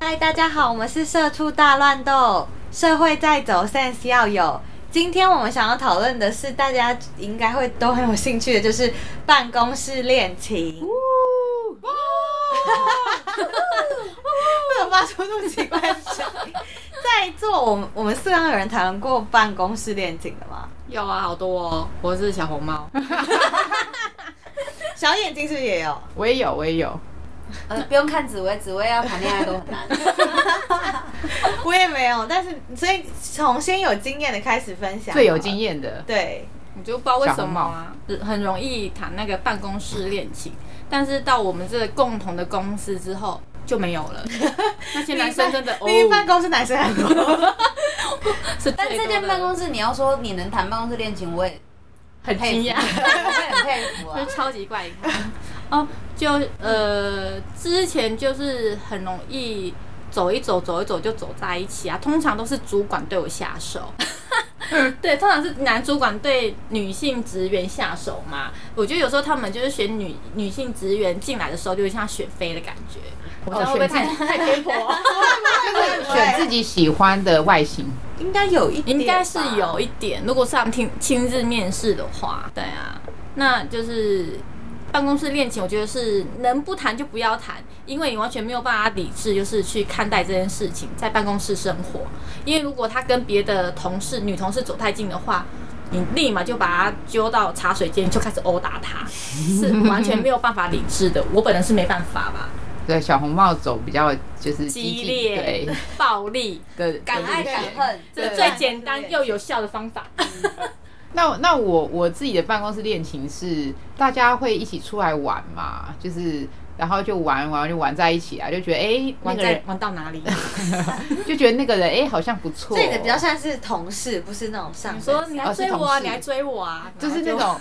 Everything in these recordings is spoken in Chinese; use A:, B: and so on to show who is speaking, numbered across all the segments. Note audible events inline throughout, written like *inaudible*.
A: 嗨，大家好，我们是社畜大乱斗，社会在走，sense 要有。今天我们想要讨论的是，大家应该会都很有兴趣的，就是办公室恋情。为什么发出那么奇怪的声音？在座，我们我们四个人有人谈论过办公室恋情的吗？
B: *laughs* 有啊，好多哦！我是小红帽，
A: 小眼睛是不是也有？
C: 我也有，我也有。
D: 呃，不用看紫薇，紫薇要谈恋爱都很难。
A: 我也没有，但是所以从先有经验的开始分
B: 啊
A: 享，
C: 最有经。验的，
A: 对，
B: 你就不知道为什么啊，很容易谈那个办公室恋情，但是到我们这个共同的公司之后就没有了。那些男生真的哦
A: 因，为办公室男生很多。
B: 是
D: 但这间办公
B: 室
D: 室，你要说你能谈办公室恋情，我也
C: 很
D: 佩服，
C: 惊讶。
D: 我也很佩服
B: *laughs*
D: 啊
B: 就。超级怪咖哦，就呃之前就是很容易走一走走一走就走在一起啊，通常都是主管对我下手。 *laughs* 对，通常是男主管对女性职员下手嘛。我觉得有时候他们就是选女女性职员进来的时候，就会像选妃的感觉。我这样会不会太太偏颇？
C: 哦选自己喜欢的外形，
A: 应该有一点，
B: 应该是。有一点。如果是他们亲亲自面试的话，对啊，那就是办公室恋情，我觉得是能不谈就不要谈，因为你完全没有办法理智，就是去看待这件事情，在办公室生活。因为如果他跟别的同事、女同事走太近的话。你立马就把他揪到茶水间，就开始殴打他，是完全没有办法理智的。我本人是没办法吧，
C: 对小红帽走比较就是
B: 激
C: 进
B: 烈、暴力，
C: 对
B: *laughs*
C: 的
D: 敢爱敢。
C: 的路线
D: 恨，
B: 这
A: 对
B: 最简单又有效的方法。
C: 那那我我自己的办公室恋情是大家会一起出来玩嘛，就是然后就玩玩就玩在一起啊，就觉得哎、那
B: 玩
C: 个
B: 在
C: 人
B: 玩到哪里？
C: 就觉得那个人哎、好像不错，
A: 所以你的比较像是同事，不是那种上
B: 你
A: 司。
B: 说你来追我
C: 哦
B: 啊，
C: 是同事
B: 你来追我啊，
C: 就是那种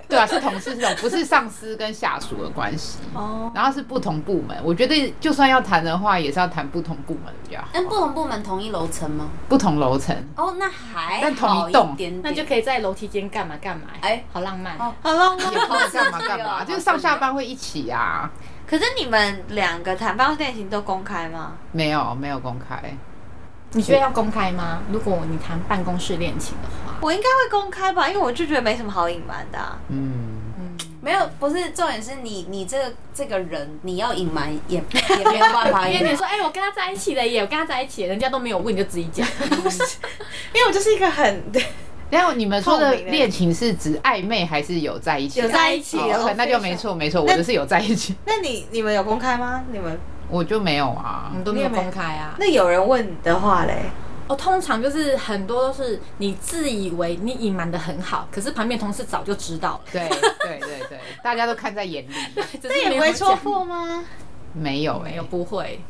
C: *laughs* 对啊，是同事这种，不是上司跟下属的关系。
B: 哦，
C: 然后是不同部门，我觉得就算要谈的话，也是要谈不同部门比较好，
B: 嗯
D: 但不同部门同一楼层吗？
C: 不同楼层。
D: 哦，那还
C: 但同一
D: 好
C: 栋
D: 一点点，
B: 那就可以在楼梯间干嘛干嘛，哎
D: 哎，
B: 好浪漫。
D: 哦
A: 好了，
C: 也不能干嘛干嘛，
D: 是
C: 就是上下班会一起啊。
A: 可是你们两个谈办公室恋情都公开吗？
C: 没有，没有公开。
B: 你觉得要公开吗？如果你谈办公室恋情的话，
A: 我应该会公开吧，因为我就觉得没什么好隐瞒的啊、
C: 嗯，
B: 嗯，
D: 没有，不是重点是你，你这个这个人，你要隐瞒也也没有办
B: *laughs*
D: 法
B: 因为
D: 隐
B: 你
D: 瞒。
B: 说，哎，我跟他在一起了耶，我跟他在一起了，人家都没有问，你就自己讲。
A: 因为我就是一个很
C: 然后你们说的
A: 透明的
C: 恋情是指暧昧还是有在一起
A: *laughs*
C: 啊？
A: 有在一起
C: 哦
A: 哦，
C: OK，那就没。错没错，我的是有在一起，
A: 那你你们有公开吗？你们
C: *laughs* 我就没有啊
B: 我。们都没有公开啊。
A: 那有人问的话嘞？
B: 哦，通常就是很多都是你自以为你隐瞒的很好，可是旁边同事早就知道了，
C: 对对对对，大家都看在眼里。
B: 只
A: 那
B: 是
A: 也
B: 没
A: 不
B: 有
A: 会
B: 讲
A: 戳。破吗？
C: 没有哎、
B: 没有，不会。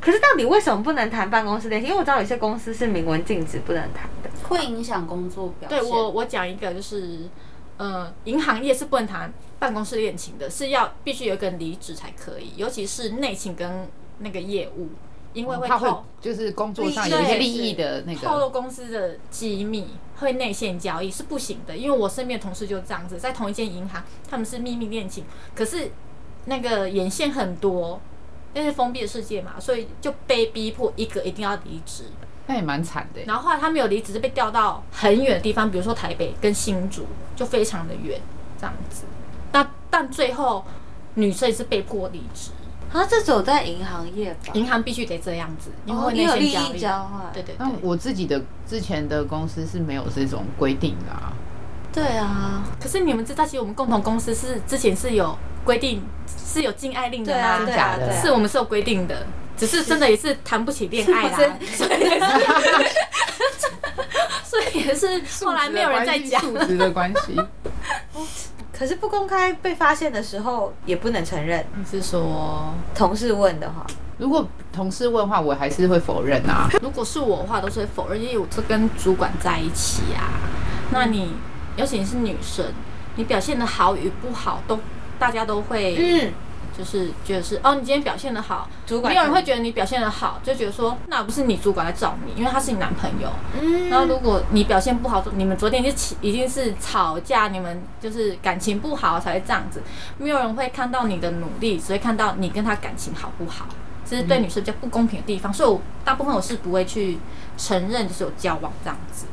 A: 可是到底为什么不能谈办公室恋情？因为我知道有些公司是明文禁止不能谈的。
D: 会影响工作表现。
B: 对我，我讲一个就是，呃，银行业是不能谈办公室恋情的，是要必须有一个人离职才可以，尤其是内勤跟那个业务，因为会
C: 哦他
B: 透
C: 会就是工作上有一些利益的那
B: 透
C: 个，
B: 露公司的机密，会内线交易是不行的。因为我身边的同事就这样子，在同一间银行，他们是秘密恋情，可是那个眼线很多。那是封闭的世界嘛，所以就被逼迫一个一定要离职。
C: 那也蛮惨的欸、
B: 然后后来他没有离职，是被调到很远的地方，比如说台北跟新竹，就非常的远这样子。但但最后女生也是被迫离职，
A: 啊，这只有在银行业吧？
B: 银行必须得这样子，因
A: 哦
B: 为
A: 你有
B: 内
A: 利
B: 线交
A: 益
B: 易。
A: 交换。
B: 对对
C: 那
B: 对，
C: 我自己的之前的公司是没有这种规定的啊。
A: 对啊，
B: 可是你们知道，其实我们共同公司是之前是有规定，是有禁爱令的
A: 对啊，
B: 吗？
A: 对
C: 假
A: 啊，
C: 的
A: 对啊。
B: 是我们是有规定的，只是真的也是谈不起恋爱啦，所以也是 *laughs* 所以也是后来没有人再讲。
C: 素质的关系。
A: 可是不公开被发现的时候，也不能承认。
B: 你是说？
A: 同事问的话，
C: 如果同事问话，我还是会否认啊。
B: 如果是我的话，都是会否认，因为我是跟主管在一起啊。那你，尤其你是女生，你表现的好与不好，都大家都会
A: 嗯，
B: 就是觉得是、哦，你今天表现的好，
A: 主管
B: 没有人会觉得你表现的好，就觉得说那不是你主管来找你，因为他是你男朋友。
A: 嗯，
B: 然后如果你表现不好，你们昨天就起已经是吵架，你们就是感情不
C: 嗯
B: 好才会这样子，没有人会看到你的努力，只会看到你跟他感情好不好，这是对女生比较不公平的地方，所以我大部分我是不会去承认就是有交往这样子。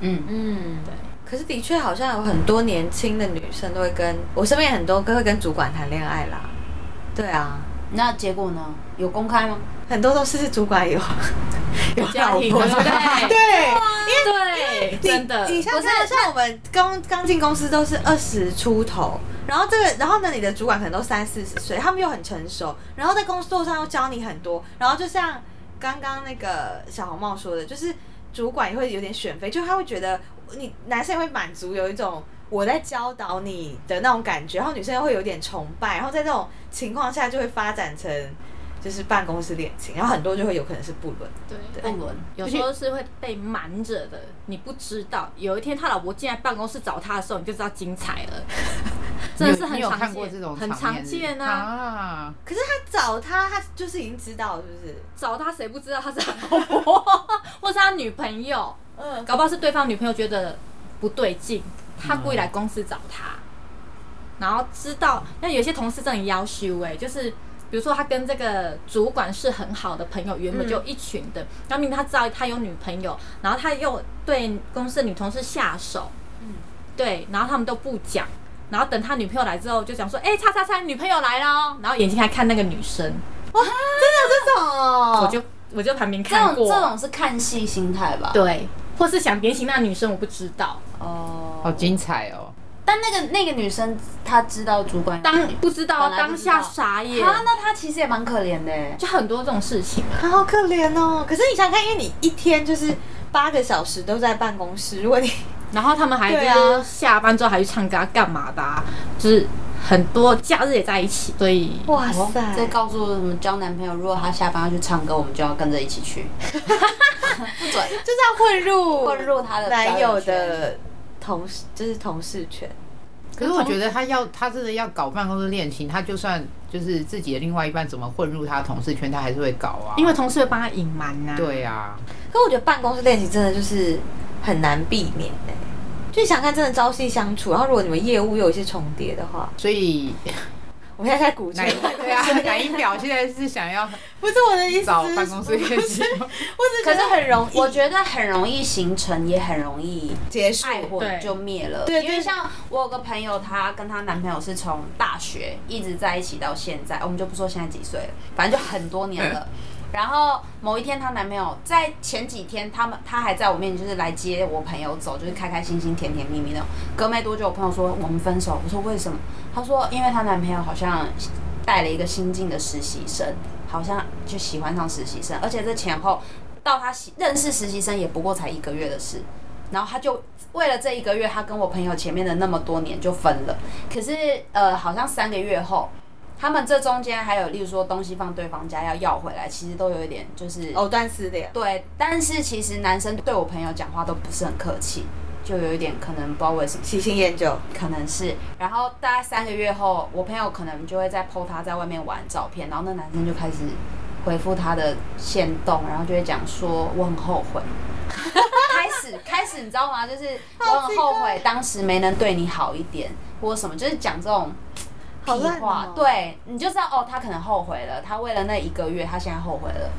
D: 嗯，
A: 嗯，对。可是的确好像有很多年轻的女生都会跟我身边也很多都会跟主管谈恋爱啦。对啊，
D: 那结果呢？有公开吗？
A: 很多都是主管有有
B: 家
A: 老
B: 庭
A: 婆
B: 对不对
A: 对，
B: 对，真的，
A: 你像
D: 不是
A: 像像我们刚刚进公司都是二十出头，然后这个，然后呢，你的主管可能都三四十岁，他们又很成熟，然后在工作上又教你很多，然后就像刚刚那个小红帽说的，就是主管也会有点选妃，就他会觉得你男生也会满足有一种。我在教导你的那种感觉，然后女生又会有点崇拜，然后在这种情况下就会发展成就是办公室恋情，然后很多就会有可能是不伦。
B: 对。
D: 不伦，
B: 有时候是会被瞒着的，你不知道。有一天他老婆进来办公室找他的时候，你就知道精彩
C: *laughs*
B: 了， *laughs* 真的是
C: 你
B: 很
C: 有
B: 常
C: 看过这
B: 见，
C: 种
B: 很
C: 场
B: 常
C: 面
B: 见啊。
C: 啊！
A: 可是他找他，他就是已经知道了，是不是？
B: 找他谁不知道他是他老婆， *laughs* 或是他女朋友，
A: 嗯，
B: 搞不好是对方女朋友觉得不对劲，他故意来公司找他，然后知道。那有些同事真的要虚伪，就是比如说他跟这个主管是很好的朋友，原本就一群的，然后明明他知道他有女朋友，然后他又对公司的女同事下手，对，然后他们都不讲。然后等他女朋友来之后，就讲说：“哎、叉叉叉，女朋友来了哦。”然后眼睛还看那个女生，
A: 这种哦
B: 我就我就旁边
D: 这
B: 看
D: 种
B: 过。
D: 这种是看戏心态吧？
B: 对，或是想点醒那女生，我不知道。
D: 哦，
C: 好精彩哦！
D: 但那个那个女生她知道主管有
B: 当不知道
D: 嗯本来不
B: 当
D: 知道
B: 下傻眼，
D: 啊，那她其实也蛮可怜的欸。
B: 就很多这种事情啊。
A: 好可怜哦。可是你想想看，因为你一天就是八个小时都在办公室，如果你
B: 然后他们还
A: 对
B: 就
A: 啊
B: 是下班之后还去唱歌啊干嘛的、啊，就是很多假日也在一起，所以
A: 哇
D: 哦
A: 塞，
D: 这告诉我什么交男朋友，如果他下班要去唱歌，我们就要跟着一
A: *laughs*
D: 起去， *laughs* 不
A: 就
D: 准。
A: 是要混入
D: 混入他的
A: 男友
D: 交友
A: 的同事，就是同事圈。
C: 可是我觉得他要他真的要搞办公室恋情，他就算就是自己的另外一半怎么混入他同事圈，他还是会搞啊。
B: 因为同事会帮他隐瞒呐。，
C: 对啊，
A: 可我觉得办公室恋情真的就是很难避免哎、就想想看，真的朝夕相处，然后如果你们业务又有一些重叠的话，
B: *laughs*
C: 所以
A: 我们现在在鼓吹
C: 奶。对啊，奶音表现在是想要
A: *laughs* 不是我的意思，
C: 找办公室
A: 我
C: 恋情，
A: 只是觉得很容易，
D: 我觉得很容易形成，也很容易
A: 结束
D: 爱火
B: 对
D: 就灭了。
A: 对
D: 因为
A: 对
D: 像我有个朋友，她跟她男朋友是从大学一直在一起到现在，我们就不说现在几岁了，反正就很多年
A: 嗯
D: 了。 *laughs* 然后某一天，她男朋友在前几天，他们她还在我面前，就是来接我朋友走，就是开开心心、甜甜蜜蜜那种。隔没多久，我朋友说我们分手，我说为什么？她说因为她男朋友好像带了一个新进的实习生，好像就喜欢上实习生，而且这前后到她喜认识实习生也不过才一个月的事，然后他就为了这一个月，他跟我朋友前面的那么多年就分了。可是呃，好像三个月后，他们这中间还有，例如说东西放对方家要要回来，其实都有一点就是
A: 藕哦断丝连。
D: 对，但是其实男生对我朋友讲话都不是很客气，就有一点可能不知道为什么。
A: 喜新厌旧，
D: 可能是，然后大概三个月后，我朋友可能就会再 PO 他在外面玩照片，然后那男生就开始回复他的线动，然后就会讲说我很后悔， *laughs* 开始开始你知道吗？就是我很后悔当时没能对你好一点，或什么，就是讲这种屁
A: 好烂
D: 话，
A: 哦
D: 对，你就知道哦，他可能后悔了，他为了那一个月，他现在后悔了，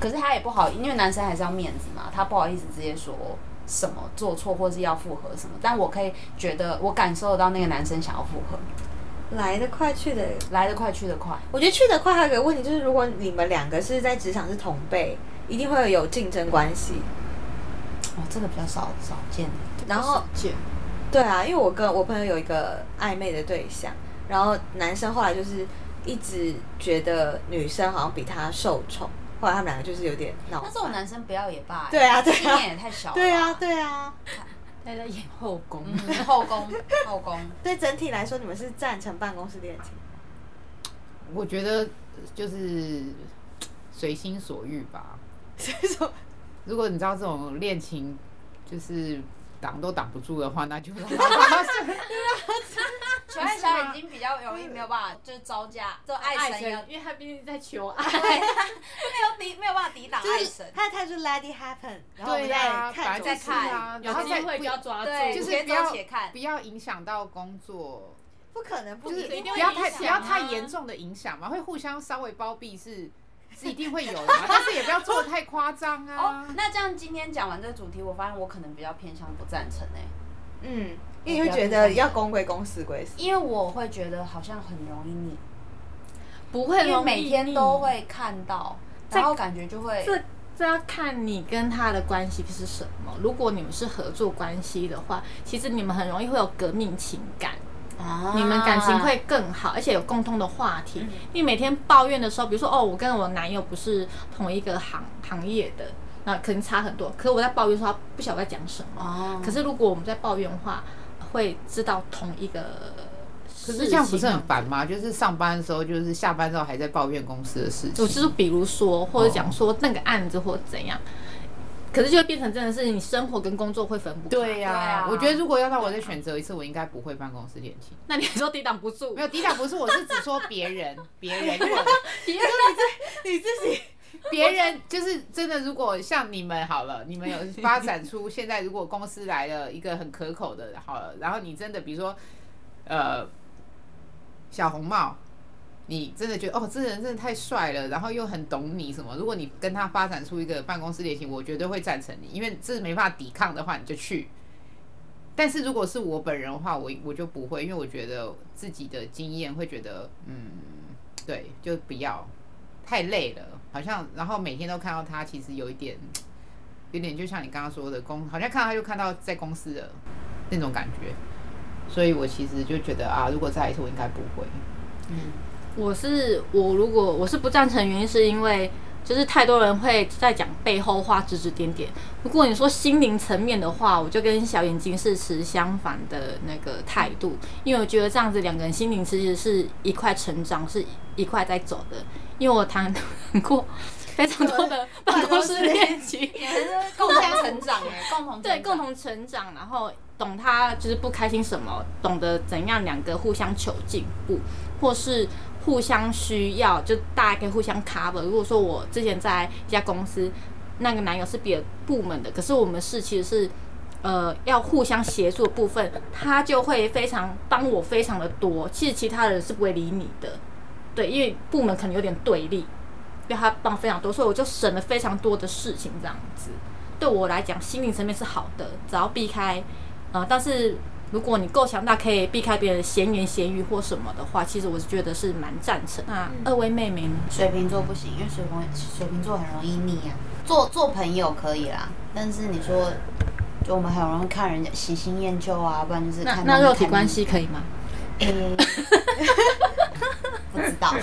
D: 可是他也不好，因为男生还是要面子嘛，他不好意思直接说什么做错或是要复合什么，但我可以觉得我感受得到那个男生想要复合，
A: 来得快去得
D: 来得快去得快，
A: 我觉得去得快还有一个问题就是，如果你们两个是在职场是同辈，一定会有竞争关系。
D: 哦，这个比较少少见，
A: 然后，
B: 姐
A: 对啊，因为我跟我朋友有一个暧昧的对象，然后男生后来就是一直觉得女生好像比他受宠，后来他们两个就是有点闹
D: 那。这种男生不要也罢、
A: 对啊对啊
D: 心眼也太小了，
A: 对 *laughs* 啊，，对啊，
B: 他在演后宫，
D: 嗯，后宫后宫，
A: *laughs* 对整体来说，你们是赞成办公室恋情？
C: *laughs* 我觉得就是随心所欲吧。
A: 这种
C: 如果你知道这种恋情就是挡都挡不住的话，那就对
D: 求爱小眼睛比较容易没有办法，就是招架，就爱神要
B: 因为他毕竟在求
D: *laughs*
B: 爱，
D: 没有抵没有办法抵挡
A: 就
D: 爱
A: 是
D: 神。
A: 他的态度是 let it happen，然后我们
C: 呀、
A: 啊再
C: 反
A: 看
C: 正
A: 走
C: 就是
A: 势
C: 啊，然
B: 有
C: 后
B: 机
C: 再
B: 会就要抓住，
D: 对
C: 就是
D: 且
C: 不
D: 走
C: 要
D: 且看
C: 不要影响到工作，
A: 不可能不
C: 就是
A: 一定
C: 不
B: 会
C: 要
B: 影
C: 太
B: 响
C: 不要
B: 啊
C: 太严重的影响嘛，会互相稍微包庇是是一定会有的啊，但是也不要做的太夸张
D: 哦
C: 啊。，
D: 那这样今天讲完这个主题，我发现我可能比较偏向不赞成哎、
A: 嗯，因为你会觉得要公归公，私归私。
D: 因为我会觉得好像很容易腻，
B: 不会
D: 因为
B: 容易
D: 每天都
B: 腻
D: 会看到，
B: 在
D: 然后感觉就会
B: 这这要看你跟他的关系是什么。如果你们是合作关系的话，其实你们很容易会有革命情感，
D: 啊
B: 你们感情会更好，而且有共同的话题。
C: 嗯
B: 你每天抱怨的时候，比如说哦，我跟我男友不是同一个行行业的，那可能差很多。可是我在抱怨的时候，他不晓得在讲什么。
D: 哦，
B: 可是如果我们在抱怨的话，会知道同一个事
C: 可
B: 情。啊
C: 是这样不是很烦吗？就是上班的时候，就是下班之后还在抱怨公司的事
B: 就
C: 情。
B: 是比如说，或者讲说那个案子或者怎样，可是就会变成真的是你生活跟工作会分不开。
C: 对呀、
D: 对啊
C: 我觉得如果要让我再选择一次，我应该不会办公室恋情。
B: 那你说抵挡不住
C: 没，有，迪达不是，我是只说别人，别人，如果
A: *laughs* 你自己
C: *laughs* 别人就是真的，如果像你们好了，你们有发展出现在，如果公司来了一个很可口的，好了，然后你真的比如说，呃，小红帽，你真的觉得哦，这人真的太帅了，然后又很懂你什么。如果你跟他发展出一个办公室恋情，我绝对会赞成你，因为这是没办法抵抗的话，你就去。但是如果是我本人的话，我我就不会，因为我觉得自己的经验会觉得，嗯，对，就不要太累了，好像然后每天都看到他，其实有一点，有点就像你刚刚说的公，好像看到他就看到在公司的那种感觉。所以我其实就觉得啊，如果再一次，我应该不会。
B: 我是我如果我是不赞成，原因是因为就是太多人会在讲背后话，指指点点。如果你说心灵层面的话，我就跟小眼睛是持相反的那个态度，因为我觉得这样子两个人心灵其实是一块成长，是一块在走的。因为我谈谈过非常多 *laughs* 的办公室恋情，
D: 也是共同成长
B: *laughs*
D: 哎、共同成长
B: 对，共同成长，然后懂他就是不开心什么，懂得怎样两个互相求进步，或是互相需要，就大家可以互相 cover。如果说我之前在一家公司，那个男友是别的部门的，可是我们是其实是。呃，要互相协助的部分，他就会非常帮我非常的多。其实其他人是不会理你的，对，因为部门可能有点对立，因为他帮非常多，所以我就省了非常多的事情这样子。对我来讲，心灵层面是好的，只要避开，呃，但是如果你够强大，可以避开别人闲言闲语或什么的话，其实我是觉得是蛮赞成。那二位妹妹呢？
D: 水瓶座不行，因为水瓶水瓶座很容易腻啊。做做朋友可以啦，但是你说，就我们很容易看人家喜新厌旧啊，不然就是
B: 那
D: 看
B: 那
D: 东西
B: 肉体
D: 看
B: 关
D: 西
B: 系可以吗？ *laughs*
D: 诶 *laughs* 不知道， *laughs*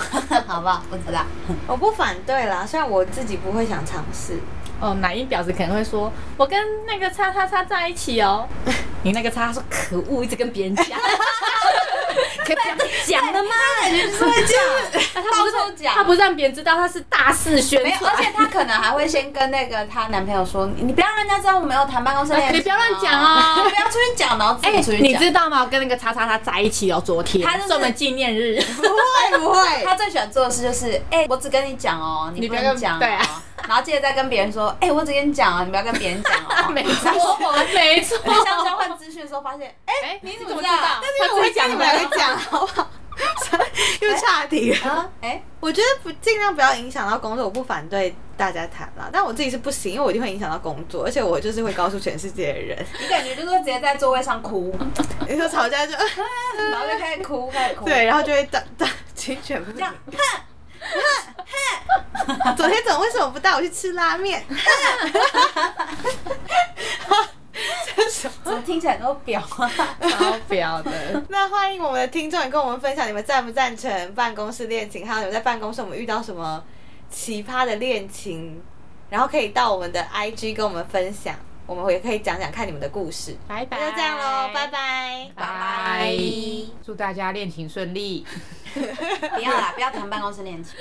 D: 好不好？不知道。
A: 我不反对啦，虽然我自己不会想尝试。
B: 哦，哪一婊子可能会说，我跟那个叉叉叉在一起哦。 *laughs* 你那个叉说可恶，一直跟别人讲， *laughs* 可以这样讲的吗？
A: 是会
B: *laughs*
A: 这样，
B: 啊他不
D: 到处
B: 是
D: 讲
B: 他不让别人知道，他是大肆宣
D: 没有，
B: 传
D: 而。且她可能还会先跟那个她男朋友说，你你不要让人家知道我没有谈办公室恋
B: 哎
D: 情、
B: 你不要乱讲哦
D: *laughs* 你不要出去讲，然后自
B: 哎、
D: 己出去
B: 你
D: 讲。
B: 知道吗？我跟那个叉叉叉在一起哦，昨天
D: 他就是
B: 是我们纪念日。
A: 会哎不会？
D: 他最喜欢做的事就是，哎、我只跟你讲哦，你
B: 你不
D: 不要
B: 要跟
D: 跟讲、哦，
B: 对啊
D: *laughs* 然后接着再跟别人说，哎、我只跟你讲哦，你不要跟别人讲哦。
B: *laughs* 没错，没错，
D: 像交换资讯的时候发现，哎、
B: 哎，
D: 你
B: 你
D: 怎
B: 怎
D: 么
B: 么
D: 知
B: 知
D: 道
B: 道？
A: 因为
B: 他
A: 我
B: 自
A: 会
B: 己
A: 讲，
B: 讲
A: 你
B: 的
A: 们。两个讲好不好？又岔题了。
D: 啊，哎、
A: 我觉得不尽量不要影响到工作，我不反对大家谈啦。但我自己是不行，因为我一定会影响到工作，而且我就是会告诉全世界的
B: *laughs*
A: 人。
D: 你感觉就是会直接在座位上哭，
A: 你说吵架就
D: 然后就开始哭，开始哭。
A: 对，，然后就会打打 *laughs* 侵权不
D: 这样
A: 行。昨天怎么为什么不带我去吃拉面？
D: 怎么听起来都表啊？ *laughs*
B: 超标的，
A: 那欢迎我们的听众也跟我们分享你们赞不赞成办公室恋情，还有你们在办公室我们遇到什么奇葩的恋情，然后可以到我们的 IG 跟我们分享，我们也可以讲讲看你们的故事。
B: 拜拜，
A: 那就这样喽，拜。拜。
D: 拜拜。
C: 祝大家恋情顺利。
D: 不要啦，不要谈办公室恋情。